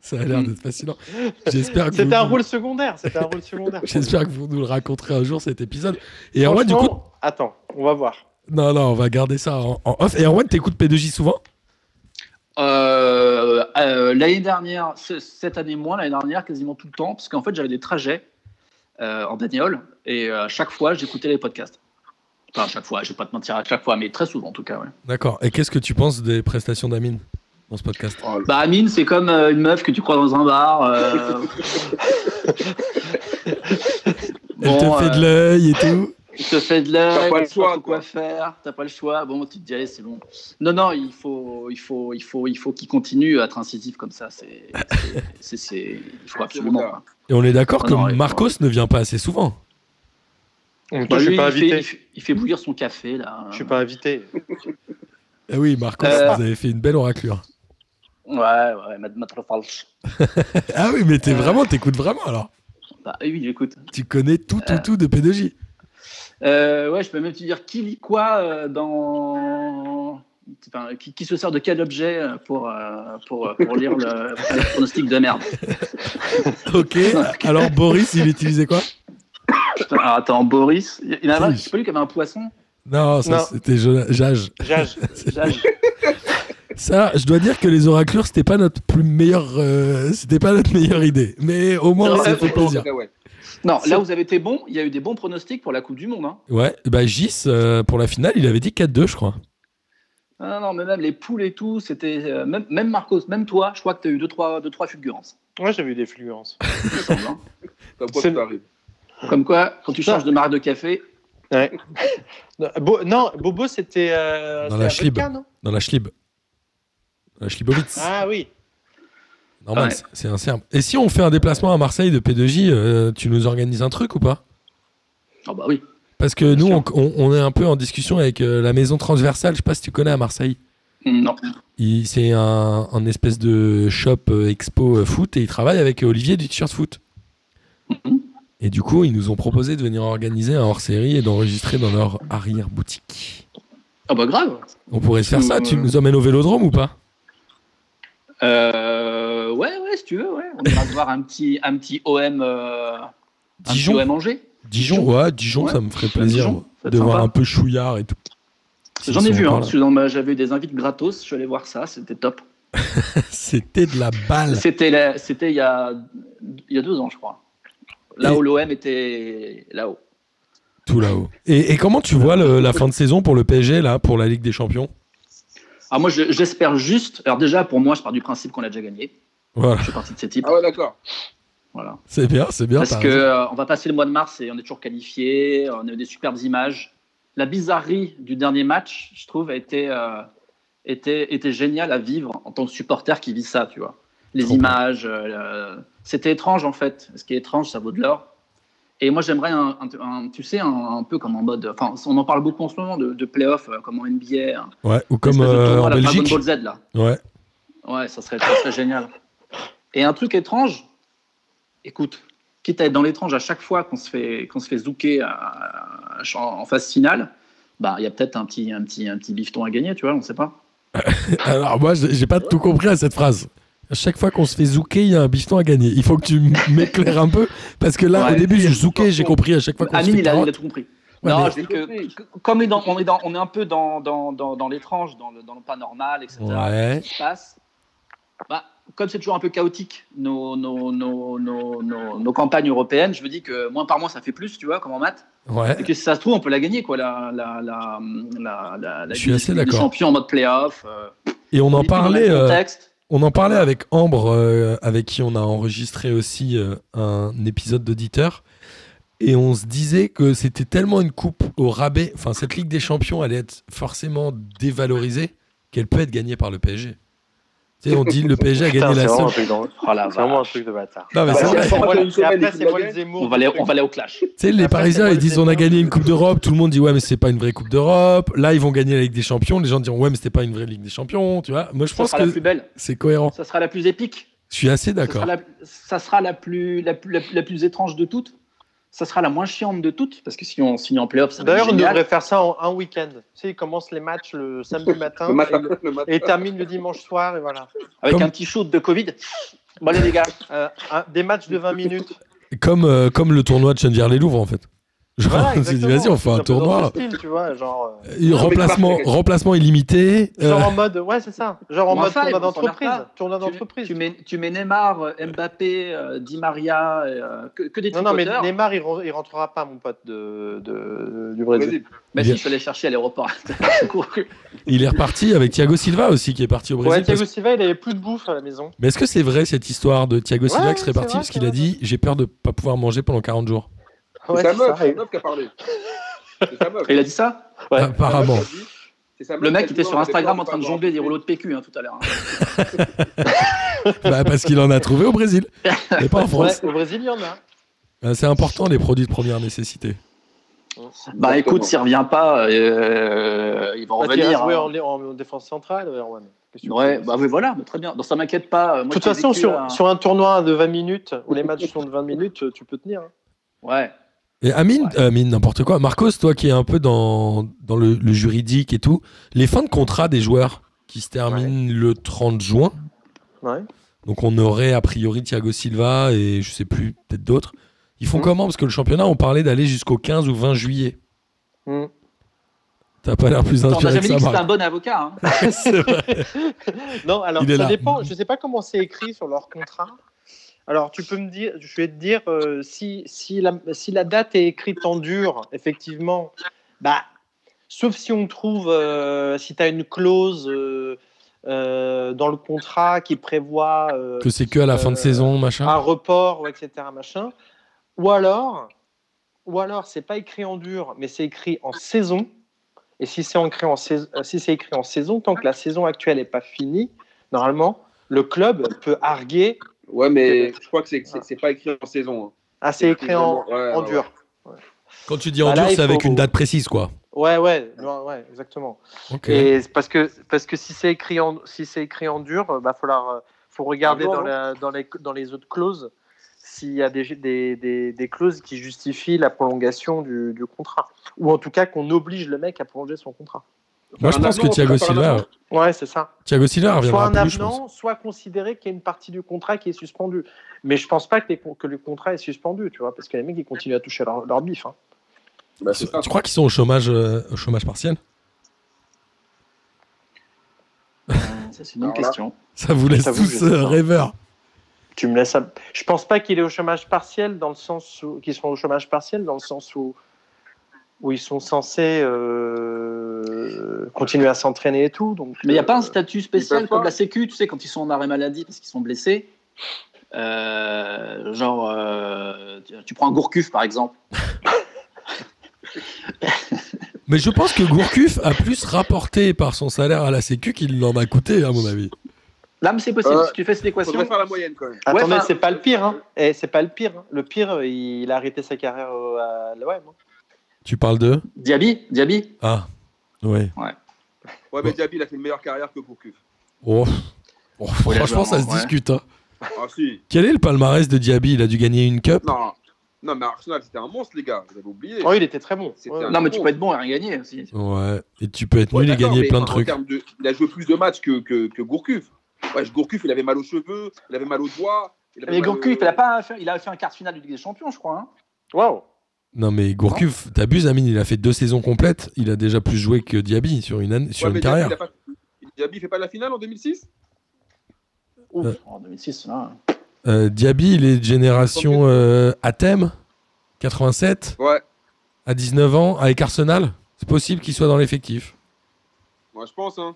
[SPEAKER 3] Ça a l'air d'être fascinant. J'espère que,
[SPEAKER 5] C'était un
[SPEAKER 3] Ah, vous...
[SPEAKER 5] rôle secondaire. C'était un rôle secondaire.
[SPEAKER 3] [laughs] j'espère que vous nous le raconterez un jour cet épisode. Et Erwan, du coup.
[SPEAKER 5] Franchement, Attends, on va voir.
[SPEAKER 3] Non, non, on va garder ça en, en off. Et Erwan, t'écoutes P2J souvent
[SPEAKER 6] Euh, euh, l'année dernière, ce- cette année moins, l'année dernière quasiment tout le temps, parce qu'en fait j'avais des trajets euh, en bagnole et euh, à chaque fois j'écoutais les podcasts. Enfin, à chaque fois, je vais pas te mentir, à chaque fois, mais très souvent en tout cas. ouais.
[SPEAKER 3] D'accord. Et qu'est-ce que tu penses des prestations d'Amine dans ce podcast
[SPEAKER 6] Bah, Amine, c'est comme euh, une meuf que tu crois dans un
[SPEAKER 3] [laughs]
[SPEAKER 6] bar. euh.
[SPEAKER 3] Elle
[SPEAKER 6] Bon,
[SPEAKER 3] te
[SPEAKER 6] euh,
[SPEAKER 3] fait de l'œil et tout.
[SPEAKER 6] Il te fait de l'œil,
[SPEAKER 4] T'as pas le
[SPEAKER 6] tu sais pas
[SPEAKER 4] choix,
[SPEAKER 6] trop
[SPEAKER 4] quoi.
[SPEAKER 6] quoi faire, t'as pas le choix. Bon, tu te dis, allez, c'est bon. Non, non, il faut, il faut, il faut, il faut qu'il continue à être incisif comme ça. C'est, c'est, c'est- c'est-
[SPEAKER 4] [laughs]
[SPEAKER 6] il faut absolument.
[SPEAKER 4] Absolument.
[SPEAKER 6] quoi.
[SPEAKER 3] Et on est d'accord
[SPEAKER 6] Ah
[SPEAKER 3] que
[SPEAKER 6] non, ouais,
[SPEAKER 3] Marcos ne vient pas assez souvent.
[SPEAKER 6] Bah,
[SPEAKER 5] je
[SPEAKER 6] lui,
[SPEAKER 5] suis pas
[SPEAKER 6] il, fait,
[SPEAKER 5] invité.
[SPEAKER 6] il fait- il fait bouillir son café là.
[SPEAKER 5] Je suis pas invité.
[SPEAKER 3] Eh oui, Marcos,
[SPEAKER 6] Euh.
[SPEAKER 3] vous avez fait une belle oraclure.
[SPEAKER 6] Ouais, ouais, ma- ma falche.
[SPEAKER 3] Ah oui, mais t'es
[SPEAKER 6] Euh.
[SPEAKER 3] vraiment, t'écoutes vraiment alors.
[SPEAKER 6] Bah oui, j'écoute.
[SPEAKER 3] Tu connais tout, tout, tout de P2J.
[SPEAKER 6] Euh, ouais, je peux même te dire qui lit quoi euh, dans. Enfin, qui, qui se sert de quel objet euh, pour, euh, pour, euh, pour lire le pour faire des pronostics de merde. [laughs]
[SPEAKER 3] Ok. Alors Boris, il utilisait quoi
[SPEAKER 6] Putain, alors, attends, Boris, il y en a un,
[SPEAKER 3] Oui.
[SPEAKER 6] c'est pas lui qui avait un poisson
[SPEAKER 3] Non, ça
[SPEAKER 5] Non.
[SPEAKER 3] c'était Jo- Jage.
[SPEAKER 5] [laughs] Jage.
[SPEAKER 6] Jage.
[SPEAKER 3] Ça, je dois dire que les oraclures, c'était pas notre plus meilleure, euh, c'était pas notre meilleure idée. Mais au moins,
[SPEAKER 6] Non,
[SPEAKER 3] ça
[SPEAKER 6] euh,
[SPEAKER 3] fait plaisir.
[SPEAKER 4] Ouais, ouais.
[SPEAKER 6] Non, là où vous avez été bon, il y a eu des bons pronostics pour la Coupe du Monde. Hein.
[SPEAKER 3] Ouais, bah Gis, euh, pour la finale, il avait dit 4-2, je crois.
[SPEAKER 6] Non, non, non, mais même les poules et tout, c'était. euh, même, même Marcos, même toi, je crois que tu as eu 2-3 deux, trois, deux, trois fulgurances.
[SPEAKER 5] Moi, j'avais eu des fluences.
[SPEAKER 6] il me semble, hein.
[SPEAKER 4] Comme quoi
[SPEAKER 5] C'est-
[SPEAKER 4] ça arrive.
[SPEAKER 6] Comme quoi, quand tu changes de marque de café,
[SPEAKER 5] Non, Bo- non, Bobo, c'était. euh,
[SPEAKER 3] Dans
[SPEAKER 5] c'était
[SPEAKER 3] la
[SPEAKER 5] à
[SPEAKER 3] Schlib.
[SPEAKER 5] Vodka, non
[SPEAKER 3] Dans la Schlib. Dans La Schlibowitz.
[SPEAKER 5] Ah oui.
[SPEAKER 3] Normal,
[SPEAKER 6] Ouais.
[SPEAKER 3] c'est- c'est un serbe. Et si on fait un déplacement à Marseille de P2J, euh, tu nous organises un truc ou pas
[SPEAKER 6] ah bah oui.
[SPEAKER 3] Parce que nous,
[SPEAKER 5] sûr.
[SPEAKER 3] on, on- on est un peu en discussion avec euh, la maison transversale. Je sais pas si tu connais à Marseille.
[SPEAKER 6] Mm, Non.
[SPEAKER 3] Il- C'est un, un espèce de shop euh, expo euh, foot et il travaille avec euh, Olivier du t-shirt foot.
[SPEAKER 6] Mhm.
[SPEAKER 3] Et du coup, ils nous ont proposé de venir organiser un hors-série et d'enregistrer dans leur arrière-boutique.
[SPEAKER 6] Ah bah grave.
[SPEAKER 3] On pourrait se faire ça. Tu
[SPEAKER 6] Euh.
[SPEAKER 3] nous emmènes au Vélodrome ou pas
[SPEAKER 6] Euh, ouais, ouais, si tu veux, ouais. On ira [laughs] voir un petit, un petit OM. euh, un petit
[SPEAKER 3] Dijon.
[SPEAKER 6] OM Angers.
[SPEAKER 3] Dijon, ouais, Dijon,
[SPEAKER 6] Ouais.
[SPEAKER 3] ça me ferait plaisir
[SPEAKER 6] Dijon,
[SPEAKER 3] moi,
[SPEAKER 6] ça va être
[SPEAKER 3] de voir
[SPEAKER 6] sympa.
[SPEAKER 3] un peu chouillard et tout.
[SPEAKER 6] J'en
[SPEAKER 3] S'ils
[SPEAKER 6] ai
[SPEAKER 3] sont
[SPEAKER 6] vu, hein,
[SPEAKER 3] encore là.
[SPEAKER 6] parce que dans ma- j'avais des invites gratos, je suis allé voir ça, c'était top.
[SPEAKER 3] C'était de la balle.
[SPEAKER 6] C'était la- c'était il y a, il y a deux ans, je crois. Là
[SPEAKER 3] Et-
[SPEAKER 6] où l'OM était là-haut.
[SPEAKER 3] Tout là-haut. Et, et comment tu vois le- la fin de saison pour le PSG, là, pour la Ligue des Champions
[SPEAKER 6] Alors Ah, moi, je- j'espère juste. Alors déjà, pour moi, je pars du principe qu'on a déjà gagné.
[SPEAKER 3] Voilà,
[SPEAKER 6] Je suis parti de ces types.
[SPEAKER 4] Ah ouais, d'accord.
[SPEAKER 6] Voilà.
[SPEAKER 3] c'est bien, c'est bien.
[SPEAKER 6] Parce
[SPEAKER 3] t'as
[SPEAKER 6] que
[SPEAKER 3] raison.
[SPEAKER 6] euh, on va passer le mois de mars et on est toujours qualifié. On a eu des superbes images. La bizarrerie du dernier match, je trouve, a été, euh, était, était géniale à vivre en tant que supporter qui vit ça, tu vois. Les
[SPEAKER 3] Trop bien.
[SPEAKER 6] images, euh, le- c'était étrange en fait. Ce qui est étrange, ça vaut de l'or. Et moi, j'aimerais un, un- un- tu sais, un, un peu comme en mode, enfin, on en parle beaucoup en ce moment de, de playoff, euh, comme en NBA, hein.
[SPEAKER 3] Ouais, ou comme
[SPEAKER 6] Espèce de
[SPEAKER 3] euh,
[SPEAKER 6] tournoi
[SPEAKER 3] en
[SPEAKER 6] à la
[SPEAKER 3] Belgique.
[SPEAKER 6] Dragon Ball Z là.
[SPEAKER 3] Ouais.
[SPEAKER 6] Ouais, ça serait, ça serait génial. Et un truc étrange, écoute, quitte à être dans l'étrange à chaque fois qu'on se fait, qu'on se fait zouker à- à- en phase finale, bah il y a peut-être un petit, un, petit, un petit bifton à gagner, tu vois, on sait pas.
[SPEAKER 3] Alors, moi, j'ai j'ai pas tout compris à cette phrase. À chaque fois qu'on se fait zouker, il y a un bifton à gagner. Il faut que tu m'éclaires un peu. Parce que là,
[SPEAKER 6] Ouais.
[SPEAKER 3] au début, je zoukais, j'ai compris à chaque fois qu'on se
[SPEAKER 6] Amine,
[SPEAKER 3] fait
[SPEAKER 6] il a, il a
[SPEAKER 3] carotte.
[SPEAKER 6] tout compris.
[SPEAKER 3] Ouais,
[SPEAKER 6] non,
[SPEAKER 3] mais-
[SPEAKER 6] je dis que, que- comme on est, dans, on, est dans- on est un peu dans, dans, dans, dans l'étrange, dans le, dans le pas normal, etc.
[SPEAKER 3] Ouais.
[SPEAKER 6] qui se passe. Bah, comme c'est toujours un peu chaotique, nos, nos, nos, nos, nos, nos campagnes européennes, je me dis que moins par mois, ça fait plus, tu vois, comme en maths.
[SPEAKER 3] Ouais.
[SPEAKER 6] Et que si ça se trouve, on peut la gagner, quoi, la, la, la, la, la, la
[SPEAKER 3] Je suis assez
[SPEAKER 6] la- la- la
[SPEAKER 3] d'accord.
[SPEAKER 6] champion en mode playoff. euh,
[SPEAKER 3] Et on
[SPEAKER 6] on est
[SPEAKER 3] en
[SPEAKER 6] plus dans
[SPEAKER 3] parlait.
[SPEAKER 6] le même
[SPEAKER 3] euh,
[SPEAKER 6] contexte.
[SPEAKER 3] On en parlait avec Ambre, euh, avec qui on a enregistré aussi euh, un épisode d'auditeur. Et on se disait que c'était tellement une coupe au rabais. Enfin, cette Ligue des Champions allait être forcément dévalorisée qu'elle peut être gagnée par le PSG. Tu sais, on dit le
[SPEAKER 6] [laughs]
[SPEAKER 3] PSG a
[SPEAKER 5] Putain,
[SPEAKER 3] gagné
[SPEAKER 5] c'est
[SPEAKER 3] la
[SPEAKER 5] vraiment
[SPEAKER 3] seule.
[SPEAKER 5] un truc dans-
[SPEAKER 6] Oh la
[SPEAKER 5] C'est vraiment
[SPEAKER 6] vache.
[SPEAKER 5] un truc de bâtard.
[SPEAKER 3] Non, mais
[SPEAKER 4] Bah,
[SPEAKER 3] c'est
[SPEAKER 4] c'est
[SPEAKER 3] vrai.
[SPEAKER 4] la
[SPEAKER 3] Tu
[SPEAKER 4] forme.
[SPEAKER 5] Voilà,
[SPEAKER 4] une
[SPEAKER 5] et
[SPEAKER 4] semaine,
[SPEAKER 5] après,
[SPEAKER 4] il
[SPEAKER 5] c'est
[SPEAKER 4] l'a
[SPEAKER 5] Paul
[SPEAKER 4] gagné.
[SPEAKER 5] Zemmour,
[SPEAKER 6] On
[SPEAKER 5] le
[SPEAKER 6] va, aller,
[SPEAKER 5] truc.
[SPEAKER 6] on va aller au clash.
[SPEAKER 3] sais, les
[SPEAKER 5] Après,
[SPEAKER 3] Parisiens,
[SPEAKER 5] c'est
[SPEAKER 3] ils disent
[SPEAKER 5] moi,
[SPEAKER 3] on a
[SPEAKER 5] j'ai
[SPEAKER 3] gagné
[SPEAKER 5] pas-
[SPEAKER 3] une Coupe d'Europe. Tout le monde dit ouais, mais c'est pas une vraie Coupe d'Europe. Là, ils vont gagner la Ligue des Champions. Les gens diront ouais, mais c'était pas une vraie Ligue des Champions. Tu vois, moi, je
[SPEAKER 6] Ça
[SPEAKER 3] pense
[SPEAKER 6] sera la
[SPEAKER 3] que
[SPEAKER 6] plus belle,
[SPEAKER 3] c'est cohérent.
[SPEAKER 6] ça sera la plus épique.
[SPEAKER 3] Je suis assez
[SPEAKER 6] Ça sera,
[SPEAKER 3] d'accord.
[SPEAKER 6] la, ça sera la plus, la, plus, la, plus- la plus étrange de toutes. Ça sera la moins chiante de toutes, parce que si on signe en playoff, ça va
[SPEAKER 5] D'ailleurs,
[SPEAKER 6] être
[SPEAKER 5] on
[SPEAKER 6] génial.
[SPEAKER 5] devrait faire ça en un week-end. Tu sais, ils commencent les matchs le samedi matin,
[SPEAKER 4] Le matin,
[SPEAKER 5] et-
[SPEAKER 4] le matin.
[SPEAKER 5] et, ils terminent le dimanche soir, et voilà.
[SPEAKER 6] Avec
[SPEAKER 3] Comme-
[SPEAKER 6] un petit shoot de Covid. Bon, allez, les gars.
[SPEAKER 5] Euh, un- des matchs de 20 minutes.
[SPEAKER 3] [laughs] Comme, euh, comme le tournoi de Chenvière-les-Louvres, en fait. Genre, [laughs]
[SPEAKER 5] Voilà,
[SPEAKER 3] on s'est dit,
[SPEAKER 5] exactement.
[SPEAKER 3] vas-y, on fait
[SPEAKER 5] C'est
[SPEAKER 3] un
[SPEAKER 5] peu dans
[SPEAKER 3] tournoi.
[SPEAKER 5] ce style, tu vois, genre, euh,
[SPEAKER 3] Et
[SPEAKER 4] Non, mais
[SPEAKER 3] remplacement,
[SPEAKER 4] parfait.
[SPEAKER 3] remplacement illimité.
[SPEAKER 5] genre
[SPEAKER 3] euh,
[SPEAKER 5] en mode, ouais, c'est ça. Genre en
[SPEAKER 6] Bon,
[SPEAKER 5] mode
[SPEAKER 6] ça,
[SPEAKER 5] tournoi
[SPEAKER 6] ils vont s'en
[SPEAKER 5] d'entreprise.
[SPEAKER 6] faire pas.
[SPEAKER 5] Tournoi
[SPEAKER 6] Tu-
[SPEAKER 5] d'entreprise.
[SPEAKER 6] Tu mets, tu mets Neymar, euh, Mbappé, euh, Di Maria, euh, que, que des
[SPEAKER 5] Non, non, mais
[SPEAKER 6] tricoteurs.
[SPEAKER 5] Neymar, il, re- il rentrera pas, mon pote de, de- du Brésil.
[SPEAKER 4] Vas-y.
[SPEAKER 6] Bah
[SPEAKER 3] Bien.
[SPEAKER 6] si, je suis allé chercher à l'aéroport. [laughs]
[SPEAKER 3] il est reparti avec Thiago Silva aussi, qui est parti au Brésil.
[SPEAKER 5] Ouais, Thiago
[SPEAKER 3] parce-
[SPEAKER 5] Silva, il avait plus de bouffe à la maison.
[SPEAKER 3] Mais est-ce que c'est vrai cette histoire de Thiago Silva
[SPEAKER 5] Ouais,
[SPEAKER 3] qui serait
[SPEAKER 5] c'est
[SPEAKER 3] parti
[SPEAKER 5] vrai,
[SPEAKER 3] parce
[SPEAKER 5] c'est
[SPEAKER 3] qu'il a
[SPEAKER 5] vrai.
[SPEAKER 3] dit j'ai peur de pas pouvoir manger pendant 40 jours
[SPEAKER 5] Ouais,
[SPEAKER 4] C'est sa
[SPEAKER 5] c'est
[SPEAKER 4] meuf,
[SPEAKER 5] ça.
[SPEAKER 4] c'est sa meuf qui a parlé. C'est sa meuf.
[SPEAKER 6] Il a dit ça
[SPEAKER 5] Ouais.
[SPEAKER 3] Apparemment.
[SPEAKER 4] C'est sa meuf
[SPEAKER 6] Le mec
[SPEAKER 4] qui a
[SPEAKER 6] était
[SPEAKER 4] dit,
[SPEAKER 6] sur
[SPEAKER 4] on a peur
[SPEAKER 6] Instagram en train de
[SPEAKER 4] pas
[SPEAKER 6] jongler des
[SPEAKER 4] avoir-
[SPEAKER 6] rouleaux de PQ hein, tout à l'heure. hein.
[SPEAKER 3] Bah, parce qu'il en a trouvé
[SPEAKER 5] [laughs]
[SPEAKER 3] au Brésil, mais pas en France.
[SPEAKER 5] Ouais, au Brésil, il y en a.
[SPEAKER 3] Euh, C'est important les produits de première nécessité.
[SPEAKER 6] Bah
[SPEAKER 4] Exactement.
[SPEAKER 6] écoute, s'il revient pas, euh, ils vont
[SPEAKER 5] Bah, qui a
[SPEAKER 6] revenir.
[SPEAKER 5] joué
[SPEAKER 6] hein.
[SPEAKER 5] en, en défense centrale, Erwan. Qu'est-ce que tu
[SPEAKER 6] Ouais,
[SPEAKER 5] veux
[SPEAKER 6] bah oui, voilà, mais très bien. Donc ça m'inquiète pas. euh,
[SPEAKER 5] de
[SPEAKER 6] Moi,
[SPEAKER 5] toute
[SPEAKER 6] qui ai
[SPEAKER 5] façon,
[SPEAKER 6] vécu
[SPEAKER 5] sur,
[SPEAKER 6] un-
[SPEAKER 5] sur un tournoi de 20 minutes, où les matchs sont de 20 minutes, tu peux tenir. hein.
[SPEAKER 6] Ouais.
[SPEAKER 3] Et Amine,
[SPEAKER 6] Ouais.
[SPEAKER 3] euh, Amine, n'importe quoi. Marcos, toi qui es un peu dans, dans le, le juridique et tout, les fins de contrat des joueurs qui se terminent le 30 juin,
[SPEAKER 5] Ouais.
[SPEAKER 3] donc on aurait a priori Thiago Silva et je sais plus, peut-être d'autres, ils font
[SPEAKER 5] Mhm.
[SPEAKER 3] comment Parce que le championnat, on parlait d'aller jusqu'au 15 ou 20 juillet.
[SPEAKER 5] Mhm.
[SPEAKER 3] T'as pas l'air plus
[SPEAKER 6] Attends, on n'a
[SPEAKER 3] inspiré
[SPEAKER 6] jamais
[SPEAKER 3] que
[SPEAKER 6] dit
[SPEAKER 3] ça,
[SPEAKER 6] que
[SPEAKER 5] bah.
[SPEAKER 6] c'était un
[SPEAKER 3] Marcos.
[SPEAKER 6] bon avocat. hein.
[SPEAKER 3] C'est vrai.
[SPEAKER 5] Non, alors
[SPEAKER 3] Il est
[SPEAKER 5] ça
[SPEAKER 3] là.
[SPEAKER 5] dépend. Je sais pas comment c'est écrit sur leur contrat. Alors tu peux me dire, je vais te dire euh, si si la, si la date est écrite en dur, effectivement, bah sauf si on trouve euh, si tu as une clause euh, euh, dans le contrat qui prévoit euh,
[SPEAKER 3] que c'est que à la fin de
[SPEAKER 5] Euh,
[SPEAKER 3] saison, machin.
[SPEAKER 5] un report ou etc machin, ou alors ou alors c'est pas écrit en dur, mais c'est écrit en saison. Et si c'est écrit en saison, euh, si c'est écrit en saison, tant que la saison actuelle n'est pas finie, normalement, le club peut arguer.
[SPEAKER 4] Ouais, mais je crois que c'est- c'est c'est pas écrit en saison. hein.
[SPEAKER 5] Ah, c'est écrit en,
[SPEAKER 4] Ouais,
[SPEAKER 5] en
[SPEAKER 4] ouais,
[SPEAKER 5] dur.
[SPEAKER 3] Quand tu dis en
[SPEAKER 5] bah là,
[SPEAKER 3] dur,
[SPEAKER 5] il
[SPEAKER 3] c'est avec
[SPEAKER 5] faut-
[SPEAKER 3] une date précise, quoi.
[SPEAKER 5] Ouais, ouais, ouais, ouais, exactement.
[SPEAKER 3] Ok.
[SPEAKER 5] Et c'est parce que parce que si c'est écrit en si c'est écrit en dur, euh, bah falloir euh, faut regarder
[SPEAKER 4] Ah non,
[SPEAKER 5] dans,
[SPEAKER 4] non.
[SPEAKER 5] la- dans les dans les autres clauses s'il y a des, des, des, des clauses qui justifient la prolongation du, du contrat ou en tout cas qu'on oblige le mec à prolonger son contrat.
[SPEAKER 3] Moi, je
[SPEAKER 4] un
[SPEAKER 3] pense que
[SPEAKER 4] avenant,
[SPEAKER 3] Thiago
[SPEAKER 4] faire un
[SPEAKER 3] Silva,
[SPEAKER 4] avenant.
[SPEAKER 5] Ouais, c'est ça.
[SPEAKER 3] Thiago Silva
[SPEAKER 5] soit
[SPEAKER 3] reviendra
[SPEAKER 5] un
[SPEAKER 3] plus, je pense.
[SPEAKER 5] avenant, soit considérer qu'il y a une partie du contrat qui est suspendue. Mais je pense pas que, les con- que le contrat est suspendu, tu vois, parce que les mecs ils continuent à toucher leur, leur bif. hein.
[SPEAKER 4] Bah, c'est ça.
[SPEAKER 3] Tu crois qu'ils sont au chômage, euh, au chômage partiel
[SPEAKER 4] Euh,
[SPEAKER 6] Ça, c'est une bonne
[SPEAKER 4] Alors là-
[SPEAKER 6] question.
[SPEAKER 3] Ça vous laisse
[SPEAKER 5] J'avoue,
[SPEAKER 3] tous
[SPEAKER 5] je sais
[SPEAKER 3] euh,
[SPEAKER 5] pas.
[SPEAKER 3] rêveurs.
[SPEAKER 5] Tu me laisses. à- Je pense pas qu'il est au chômage partiel dans le sens où qu'ils sont au chômage partiel dans le sens où où ils sont censés euh, continuer à s'entraîner et tout. Donc.
[SPEAKER 6] Mais il n'y a
[SPEAKER 5] euh,
[SPEAKER 6] pas un statut spécial
[SPEAKER 4] peuvent
[SPEAKER 6] comme
[SPEAKER 4] pas.
[SPEAKER 6] la Sécu, tu sais, quand ils sont en arrêt maladie parce qu'ils sont blessés. Euh, genre, euh, tu- tu prends un Gourcuff par exemple.
[SPEAKER 3] Mais je pense que Gourcuff a plus rapporté par son salaire à la Sécu qu'il n'en a coûté, à mon avis.
[SPEAKER 6] Là, mais c'est possible.
[SPEAKER 4] Euh,
[SPEAKER 6] si tu fais cette équation,
[SPEAKER 4] Faudrait faire la moyenne quand même.
[SPEAKER 5] euh, Attendez,
[SPEAKER 6] enfin-
[SPEAKER 5] c'est pas le pire. Hein. Et c'est pas le pire. hein. Le pire, il a arrêté sa carrière au- à l'OM. hein.
[SPEAKER 3] Tu parles de
[SPEAKER 6] Diaby, Diaby,
[SPEAKER 3] Ah, ouais.
[SPEAKER 4] Ouais, mais Diaby, il a fait une meilleure carrière que Gourcuff.
[SPEAKER 3] Oh. Oh, franchement, ça se
[SPEAKER 6] ouais.
[SPEAKER 3] discute. hein.
[SPEAKER 4] Ah si.
[SPEAKER 3] Quel est le palmarès de Diaby Il a dû gagner une cup.
[SPEAKER 4] Non. Non, mais Arsenal, c'était un monstre, les gars. Vous avez oublié.
[SPEAKER 5] Oh, il était très bon.
[SPEAKER 4] C'était
[SPEAKER 5] Ouais,
[SPEAKER 4] un
[SPEAKER 5] ouais.
[SPEAKER 6] non, mais tu
[SPEAKER 4] bon.
[SPEAKER 6] peux être bon et rien gagner aussi.
[SPEAKER 3] Ouais. Et tu peux être
[SPEAKER 4] Ouais,
[SPEAKER 3] nul et
[SPEAKER 4] d'accord,
[SPEAKER 3] gagner
[SPEAKER 4] mais
[SPEAKER 3] plein de
[SPEAKER 4] en
[SPEAKER 3] trucs.
[SPEAKER 4] termes de- il a joué plus de matchs que, que, que Gourcuff. Ouais, Gourcuff, il avait mal aux cheveux, il avait mal aux doigts. il avait
[SPEAKER 6] Mais
[SPEAKER 4] mal au-
[SPEAKER 6] Gourcuff, il a, pas fait, il a fait un quart de finale de Ligue des Champions, je crois. hein.
[SPEAKER 5] Waouh.
[SPEAKER 3] Non, mais Gourcuff, t'abuses, Amine, il a fait deux saisons complètes. Il a déjà plus joué que Diaby sur une, année- sur
[SPEAKER 4] Ouais, mais Diaby,
[SPEAKER 3] une carrière.
[SPEAKER 4] il a pas- Diaby, il fait pas la finale en 2006
[SPEAKER 6] Ouf,
[SPEAKER 3] Euh.
[SPEAKER 6] en 2006, là. hein.
[SPEAKER 3] Euh, Diaby, il est de génération euh, à thème, 87,
[SPEAKER 4] Ouais.
[SPEAKER 3] à 19 ans, avec Arsenal. C'est possible qu'il soit dans l'effectif.
[SPEAKER 4] Moi, je pense. Hein.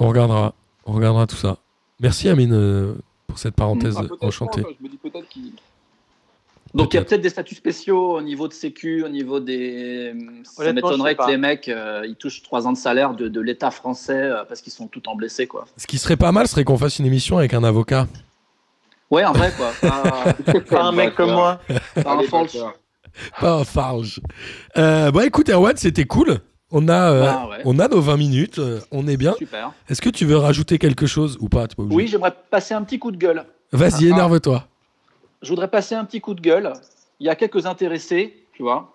[SPEAKER 3] On regardera, on regardera tout ça. Merci Amine euh, pour cette parenthèse
[SPEAKER 4] Ah, peut-être
[SPEAKER 3] enchantée.
[SPEAKER 4] pas, Je me dis peut-être qu'il. [laughs]
[SPEAKER 6] Donc il y a
[SPEAKER 3] Peut-être.
[SPEAKER 6] peut-être des statuts spéciaux au niveau de Sécu, au niveau des. euh, Ça
[SPEAKER 5] Honnêtement, je sais
[SPEAKER 6] m'étonnerait que
[SPEAKER 5] pas.
[SPEAKER 6] les mecs, euh, ils touchent trois ans de salaire de, de l'État français euh, parce qu'ils sont tout en blessés, quoi.
[SPEAKER 3] Ce qui serait pas mal serait qu'on fasse une émission avec un avocat.
[SPEAKER 6] Ouais, en vrai, quoi. Pas,
[SPEAKER 5] Pas un mec comme moi.
[SPEAKER 6] pas un
[SPEAKER 4] Allez,
[SPEAKER 6] false.
[SPEAKER 4] Bachelard.
[SPEAKER 3] Pas un Oh, farge. Euh, bon écoute Erwan, c'était cool. On a, euh,
[SPEAKER 6] Bah, ouais.
[SPEAKER 3] on a nos 20 minutes, euh, on est bien.
[SPEAKER 6] Super.
[SPEAKER 3] Est-ce que tu veux rajouter quelque chose ou pas T'es pas obligé.
[SPEAKER 6] Oui, j'aimerais passer un petit coup de gueule.
[SPEAKER 3] Vas-y, énerve-toi.
[SPEAKER 6] Je voudrais passer un petit coup de gueule. Il y a quelques intéressés, tu vois,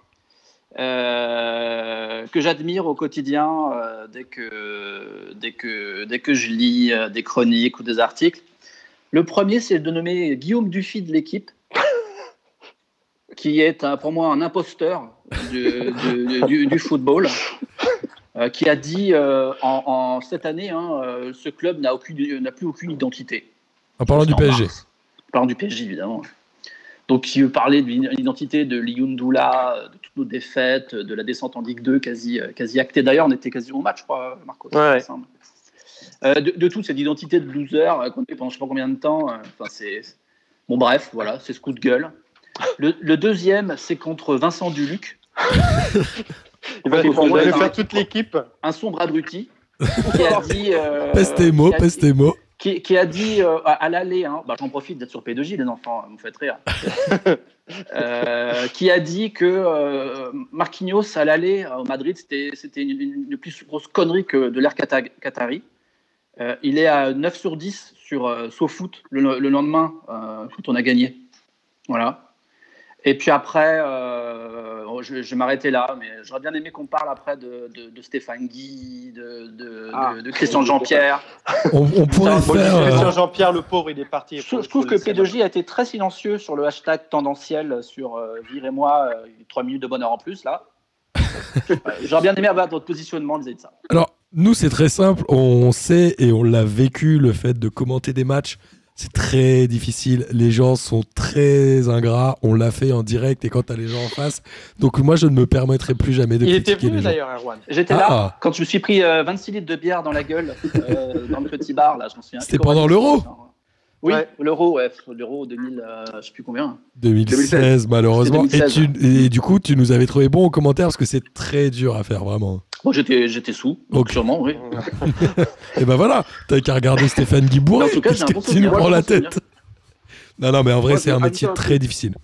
[SPEAKER 6] euh, que j'admire au quotidien euh, dès, que, dès, que, dès que je lis euh, des chroniques ou des articles. Le premier, c'est le nommé Guillaume Dufy de l'équipe, [laughs] qui est un- pour moi un imposteur du, du- du- du football, euh, qui a dit euh, en, en cette année, hein, euh, ce club n'a aucune- n'a plus aucune identité.
[SPEAKER 3] En parlant du
[SPEAKER 6] C'était en
[SPEAKER 3] PSG.
[SPEAKER 6] mars. En parlant du PSG, évidemment. Donc, si vous parlez de l'identité de Liyundula, de toutes nos défaites, de la descente en Ligue 2 quasi, euh, quasi actée. D'ailleurs, on était quasiment au match, je crois, Marco.
[SPEAKER 5] Ouais, ouais.
[SPEAKER 6] il me semble. Euh, de, de toute cette identité de loser euh, qu'on a eu pendant je sais pas combien de temps. euh, Enfin, c'est... Bon, bref, voilà, c'est ce coup de gueule. Le, le deuxième, c'est contre Vincent Duluc,
[SPEAKER 5] Il va
[SPEAKER 6] Ouais,
[SPEAKER 5] lui
[SPEAKER 6] pour moi,
[SPEAKER 5] faire-
[SPEAKER 6] c'est un-
[SPEAKER 5] faire toute l'équipe.
[SPEAKER 6] un sombre abruti, qui a dit... euh,
[SPEAKER 3] Peste tes mots,
[SPEAKER 6] qui a dit-
[SPEAKER 3] peste tes mots.
[SPEAKER 6] qui, qui a dit euh, à, à l'aller, hein, bah, j'en profite d'être sur P2J, les enfants, vous me faites rire, Euh, qui a dit que euh, Marquinhos à l'aller euh, au Madrid, c'était c'était une, une- une plus grosse connerie que de l'ère Qata- qatari. Euh, il est à 9 sur 10 sur euh, SoFoot le, le lendemain euh, quand on a gagné. Voilà. Et puis après, euh, bon, je, je vais m'arrêter là, mais j'aurais bien aimé qu'on parle après de, de- de Stéphane Guy, de, de-
[SPEAKER 4] Ah.
[SPEAKER 6] de- de Christian Jean-Pierre.
[SPEAKER 3] On, on
[SPEAKER 6] un
[SPEAKER 3] pourrait
[SPEAKER 6] bon
[SPEAKER 3] faire.
[SPEAKER 6] discours.
[SPEAKER 3] euh,
[SPEAKER 5] Christian Jean-Pierre, le pauvre, il est parti.
[SPEAKER 6] Je, je trouve que P2J a été très silencieux sur le hashtag tendanciel sur euh, Vire et moi, euh, trois minutes de bonheur en
[SPEAKER 5] [laughs]
[SPEAKER 6] plus, là. Euh, J'aurais bien aimé avoir votre positionnement vis-à-vis de ça.
[SPEAKER 3] Alors, nous, c'est très simple. On sait et on l'a vécu le fait de commenter des matchs. C'est très difficile. Les gens sont très ingrats. On l'a fait en direct et quand t'as les gens en face. Donc, moi, je ne me permettrai plus jamais de
[SPEAKER 5] Il était
[SPEAKER 3] critiquer
[SPEAKER 5] venu
[SPEAKER 3] les gens.
[SPEAKER 5] d'ailleurs, Erwan.
[SPEAKER 6] J'étais là
[SPEAKER 3] Ah,
[SPEAKER 6] quand je me suis pris euh, 26 litres de bière dans la gueule, euh, dans le petit bar, là, je m'en souviens.
[SPEAKER 3] C'était pendant l'Euro
[SPEAKER 6] Oui,
[SPEAKER 5] Ouais.
[SPEAKER 6] l'euro, ouais, l'euro 2000, euh, je sais plus combien.
[SPEAKER 3] 2016, malheureusement.
[SPEAKER 6] C'était 2016.
[SPEAKER 3] Et, tu- et du coup, tu nous avais trouvé bon en commentaire parce que c'est très dur à faire, vraiment.
[SPEAKER 6] Bon, j'étais, j'étais sous, donc
[SPEAKER 3] Ok.
[SPEAKER 6] sûrement, oui.
[SPEAKER 3] Et ben voilà, t'as qu'à regarder Stéphane Guibourg.
[SPEAKER 6] Mais en tout cas, j'ai un bon
[SPEAKER 3] tu nous
[SPEAKER 6] souvenir.
[SPEAKER 3] prends la
[SPEAKER 6] Moi, j'ai un bon
[SPEAKER 3] tête. Non, non, mais en vrai,
[SPEAKER 4] Moi,
[SPEAKER 3] c'est
[SPEAKER 4] je
[SPEAKER 3] un
[SPEAKER 4] vais
[SPEAKER 3] métier
[SPEAKER 4] rajouter un
[SPEAKER 3] très difficile.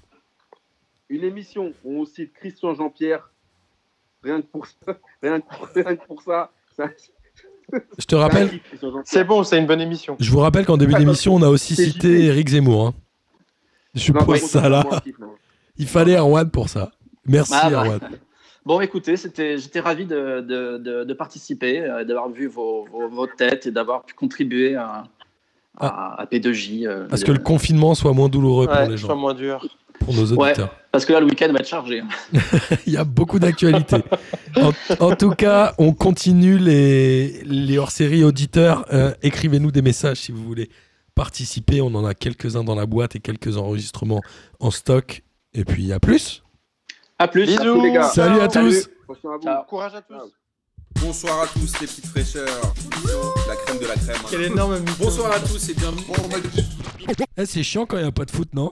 [SPEAKER 4] Une émission où on cite Christian Jean-Pierre, rien que pour ça, rien que pour, [laughs] rien que pour ça. ça-
[SPEAKER 3] Je te rappelle,
[SPEAKER 4] ça arrive, Christian Jean-Pierre.
[SPEAKER 5] C'est bon, c'est une bonne émission.
[SPEAKER 3] Je vous rappelle qu'en début
[SPEAKER 4] Ah,
[SPEAKER 3] d'émission, on a aussi
[SPEAKER 4] c'est
[SPEAKER 3] cité
[SPEAKER 4] JP.
[SPEAKER 3] Eric Zemmour. hein. Je
[SPEAKER 4] Non,
[SPEAKER 3] pose
[SPEAKER 4] par contre,
[SPEAKER 3] ça
[SPEAKER 4] c'est
[SPEAKER 3] là.
[SPEAKER 4] vraiment un kiff, non.
[SPEAKER 3] Il fallait Erwan pour ça. Merci
[SPEAKER 6] Ah, bah.
[SPEAKER 3] Erwan.
[SPEAKER 6] Bon, écoutez, c'était, j'étais ravi de, de, de, de participer, euh, d'avoir vu vos, vos, vos têtes et d'avoir pu contribuer à, à, à P2J. euh,
[SPEAKER 3] Ah. Parce
[SPEAKER 6] de-
[SPEAKER 3] que le confinement soit moins douloureux pour
[SPEAKER 5] Ouais,
[SPEAKER 3] les
[SPEAKER 5] soit
[SPEAKER 3] gens,
[SPEAKER 5] moins dur.
[SPEAKER 3] pour nos
[SPEAKER 6] Ouais.
[SPEAKER 3] auditeurs.
[SPEAKER 6] parce que là, le week-end va être chargé. hein.
[SPEAKER 3] [laughs] Il y a beaucoup d'actualités. en, en tout cas, on continue les, les hors-séries auditeurs. Euh, Écrivez-nous des messages si vous voulez participer. On en a quelques-uns dans la boîte et quelques enregistrements en stock. Et puis à plus.
[SPEAKER 6] À plus.
[SPEAKER 5] Bisous.
[SPEAKER 4] tous les gars.
[SPEAKER 3] Salut à
[SPEAKER 5] Ah. Salut.
[SPEAKER 3] tous.
[SPEAKER 4] Attention à vous.
[SPEAKER 6] Ciao.
[SPEAKER 5] Courage à tous.
[SPEAKER 1] Bonsoir à tous les petites fraîcheurs. La crème hein. de la crème.
[SPEAKER 2] Quel énorme mytho.
[SPEAKER 1] Bonsoir à tous et bienvenue.
[SPEAKER 3] Eh, C'est chiant quand il n'y a pas de foot, non